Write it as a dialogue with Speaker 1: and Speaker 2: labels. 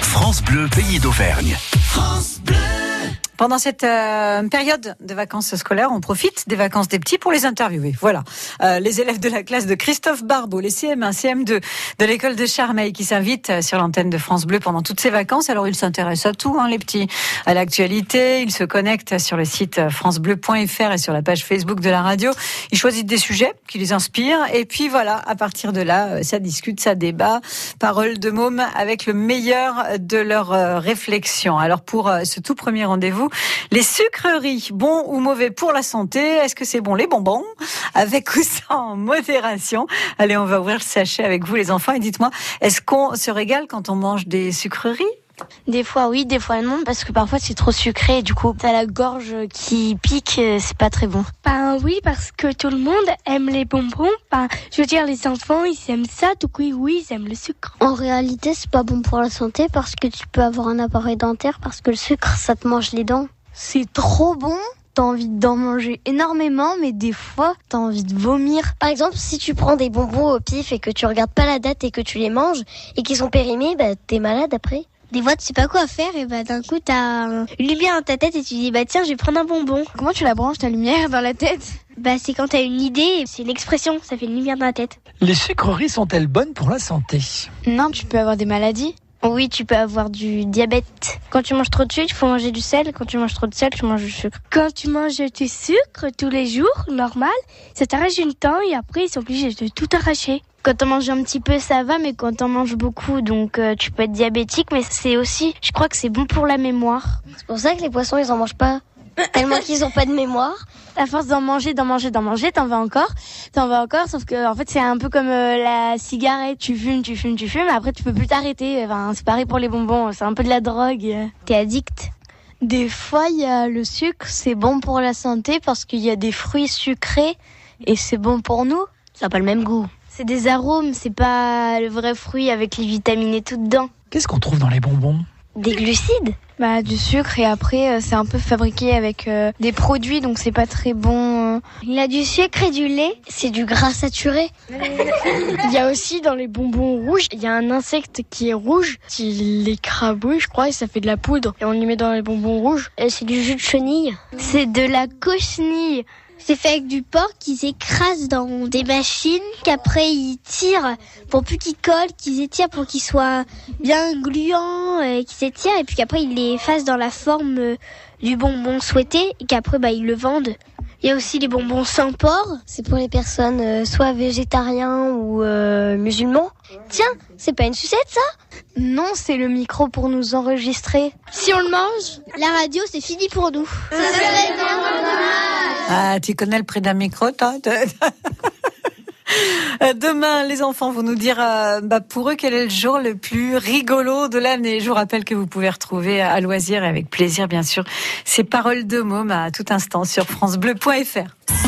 Speaker 1: France Bleu, pays d'Auvergne.
Speaker 2: Pendant cette euh, période de vacances scolaires, on profite des vacances des petits pour les interviewer. Voilà, Euh, les élèves de la classe de Christophe Barbeau, les CM1, CM2 de l'école de Charmeil qui s'invitent euh, sur l'antenne de France Bleu pendant toutes ces vacances. Alors ils s'intéressent à tout, hein, les petits, à l'actualité. Ils se connectent sur le site euh, francebleu.fr et sur la page Facebook de la radio. Ils choisissent des sujets qui les inspirent et puis voilà, à partir de là, euh, ça discute, ça débat, parole de môme avec le meilleur de leurs euh, réflexions. Alors pour euh, ce tout premier rendez-vous, les sucreries, bon ou mauvais pour la santé, est-ce que c'est bon les bonbons Avec ou sans modération Allez, on va ouvrir le sachet avec vous les enfants et dites-moi, est-ce qu'on se régale quand on mange des sucreries
Speaker 3: Des fois oui, des fois non, parce que parfois c'est trop sucré et du coup t'as la gorge qui pique, euh, c'est pas très bon.
Speaker 4: Ben oui, parce que tout le monde aime les bonbons. Ben, je veux dire, les enfants, ils aiment ça, du coup, oui, ils aiment le sucre.
Speaker 5: En réalité, c'est pas bon pour la santé parce que tu peux avoir un appareil dentaire parce que le sucre, ça te mange les dents. C'est trop bon. T'as envie d'en manger énormément, mais des fois, t'as envie de vomir.
Speaker 6: Par exemple, si tu prends des bonbons au pif et que tu regardes pas la date et que tu les manges et qu'ils sont périmés, bah t'es malade après.
Speaker 4: Des fois, tu sais pas quoi faire et bah d'un coup, t'as euh, une lumière dans ta tête et tu dis, bah tiens, je vais prendre un bonbon.
Speaker 3: Comment tu la branches ta lumière dans la tête
Speaker 4: Bah c'est quand t'as une idée, c'est une expression, ça fait une lumière dans la tête.
Speaker 7: Les sucreries sont-elles bonnes pour la santé
Speaker 3: Non, tu peux avoir des maladies.
Speaker 4: Oui, tu peux avoir du diabète. Quand tu manges trop de sucre, il faut manger du sel. Quand tu manges trop de sel, tu manges du sucre. Quand tu manges du sucre tous les jours, normal, ça t'arrache une temps et après, ils sont obligés de tout arracher.
Speaker 6: Quand on mange un petit peu, ça va, mais quand on mange beaucoup, donc euh, tu peux être diabétique, mais c'est aussi, je crois que c'est bon pour la mémoire.
Speaker 4: C'est pour ça que les poissons, ils en mangent pas. Tellement qu'ils ont pas de mémoire.
Speaker 3: À force d'en manger, d'en manger, d'en manger, t'en vas encore, t'en vas encore, sauf que en fait c'est un peu comme euh, la cigarette, tu fumes, tu fumes, tu fumes, après tu peux plus t'arrêter. euh, Enfin, c'est pareil pour les bonbons, euh, c'est un peu de la drogue.
Speaker 6: T'es addict.
Speaker 5: Des fois, il y a le sucre, c'est bon pour la santé parce qu'il y a des fruits sucrés et c'est bon pour nous.
Speaker 6: Ça n'a pas le même goût. C'est des arômes, c'est pas le vrai fruit avec les vitamines et tout dedans.
Speaker 7: Qu'est-ce qu'on trouve dans les bonbons
Speaker 6: Des glucides
Speaker 3: Bah du sucre et
Speaker 4: euh,
Speaker 3: après c'est un peu fabriqué avec des produits, donc c'est pas très
Speaker 4: hein.
Speaker 3: bon.
Speaker 6: Il y a du sucre et du lait, c'est du gras saturé.
Speaker 4: Il y a aussi dans les bonbons rouges, il y a un insecte qui est rouge, qui l'écrabouille, je crois, et ça fait de la poudre. Et on lui met dans les bonbons rouges.
Speaker 6: Euh, c'est du jus de chenille.
Speaker 4: C'est de la cochenille.
Speaker 6: C'est fait avec du porc qu'ils écrasent dans des machines qu'après ils tirent pour plus qu'ils collent, qu'ils étirent pour qu'ils soient bien gluants, euh, qu'ils s'étirent et puis qu'après ils les fassent dans la forme euh, du bonbon souhaité et qu'après bah, ils le vendent. Il y a aussi les bonbons sans porc, c'est pour les personnes euh, soit végétariens ou euh, musulmans. Tiens, c'est pas une sucette ça
Speaker 5: Non, c'est le micro pour nous enregistrer.
Speaker 4: Si on le mange,
Speaker 6: La radio c'est fini pour nous.
Speaker 2: Ah, tu connais le prix d'un micro, toi Euh, Demain, les enfants vont nous dire euh, bah, pour eux quel est le jour le plus rigolo de l'année. Je vous rappelle que vous pouvez retrouver euh, à loisir et avec plaisir, bien sûr, ces paroles de môme à tout instant sur francebleu.fr.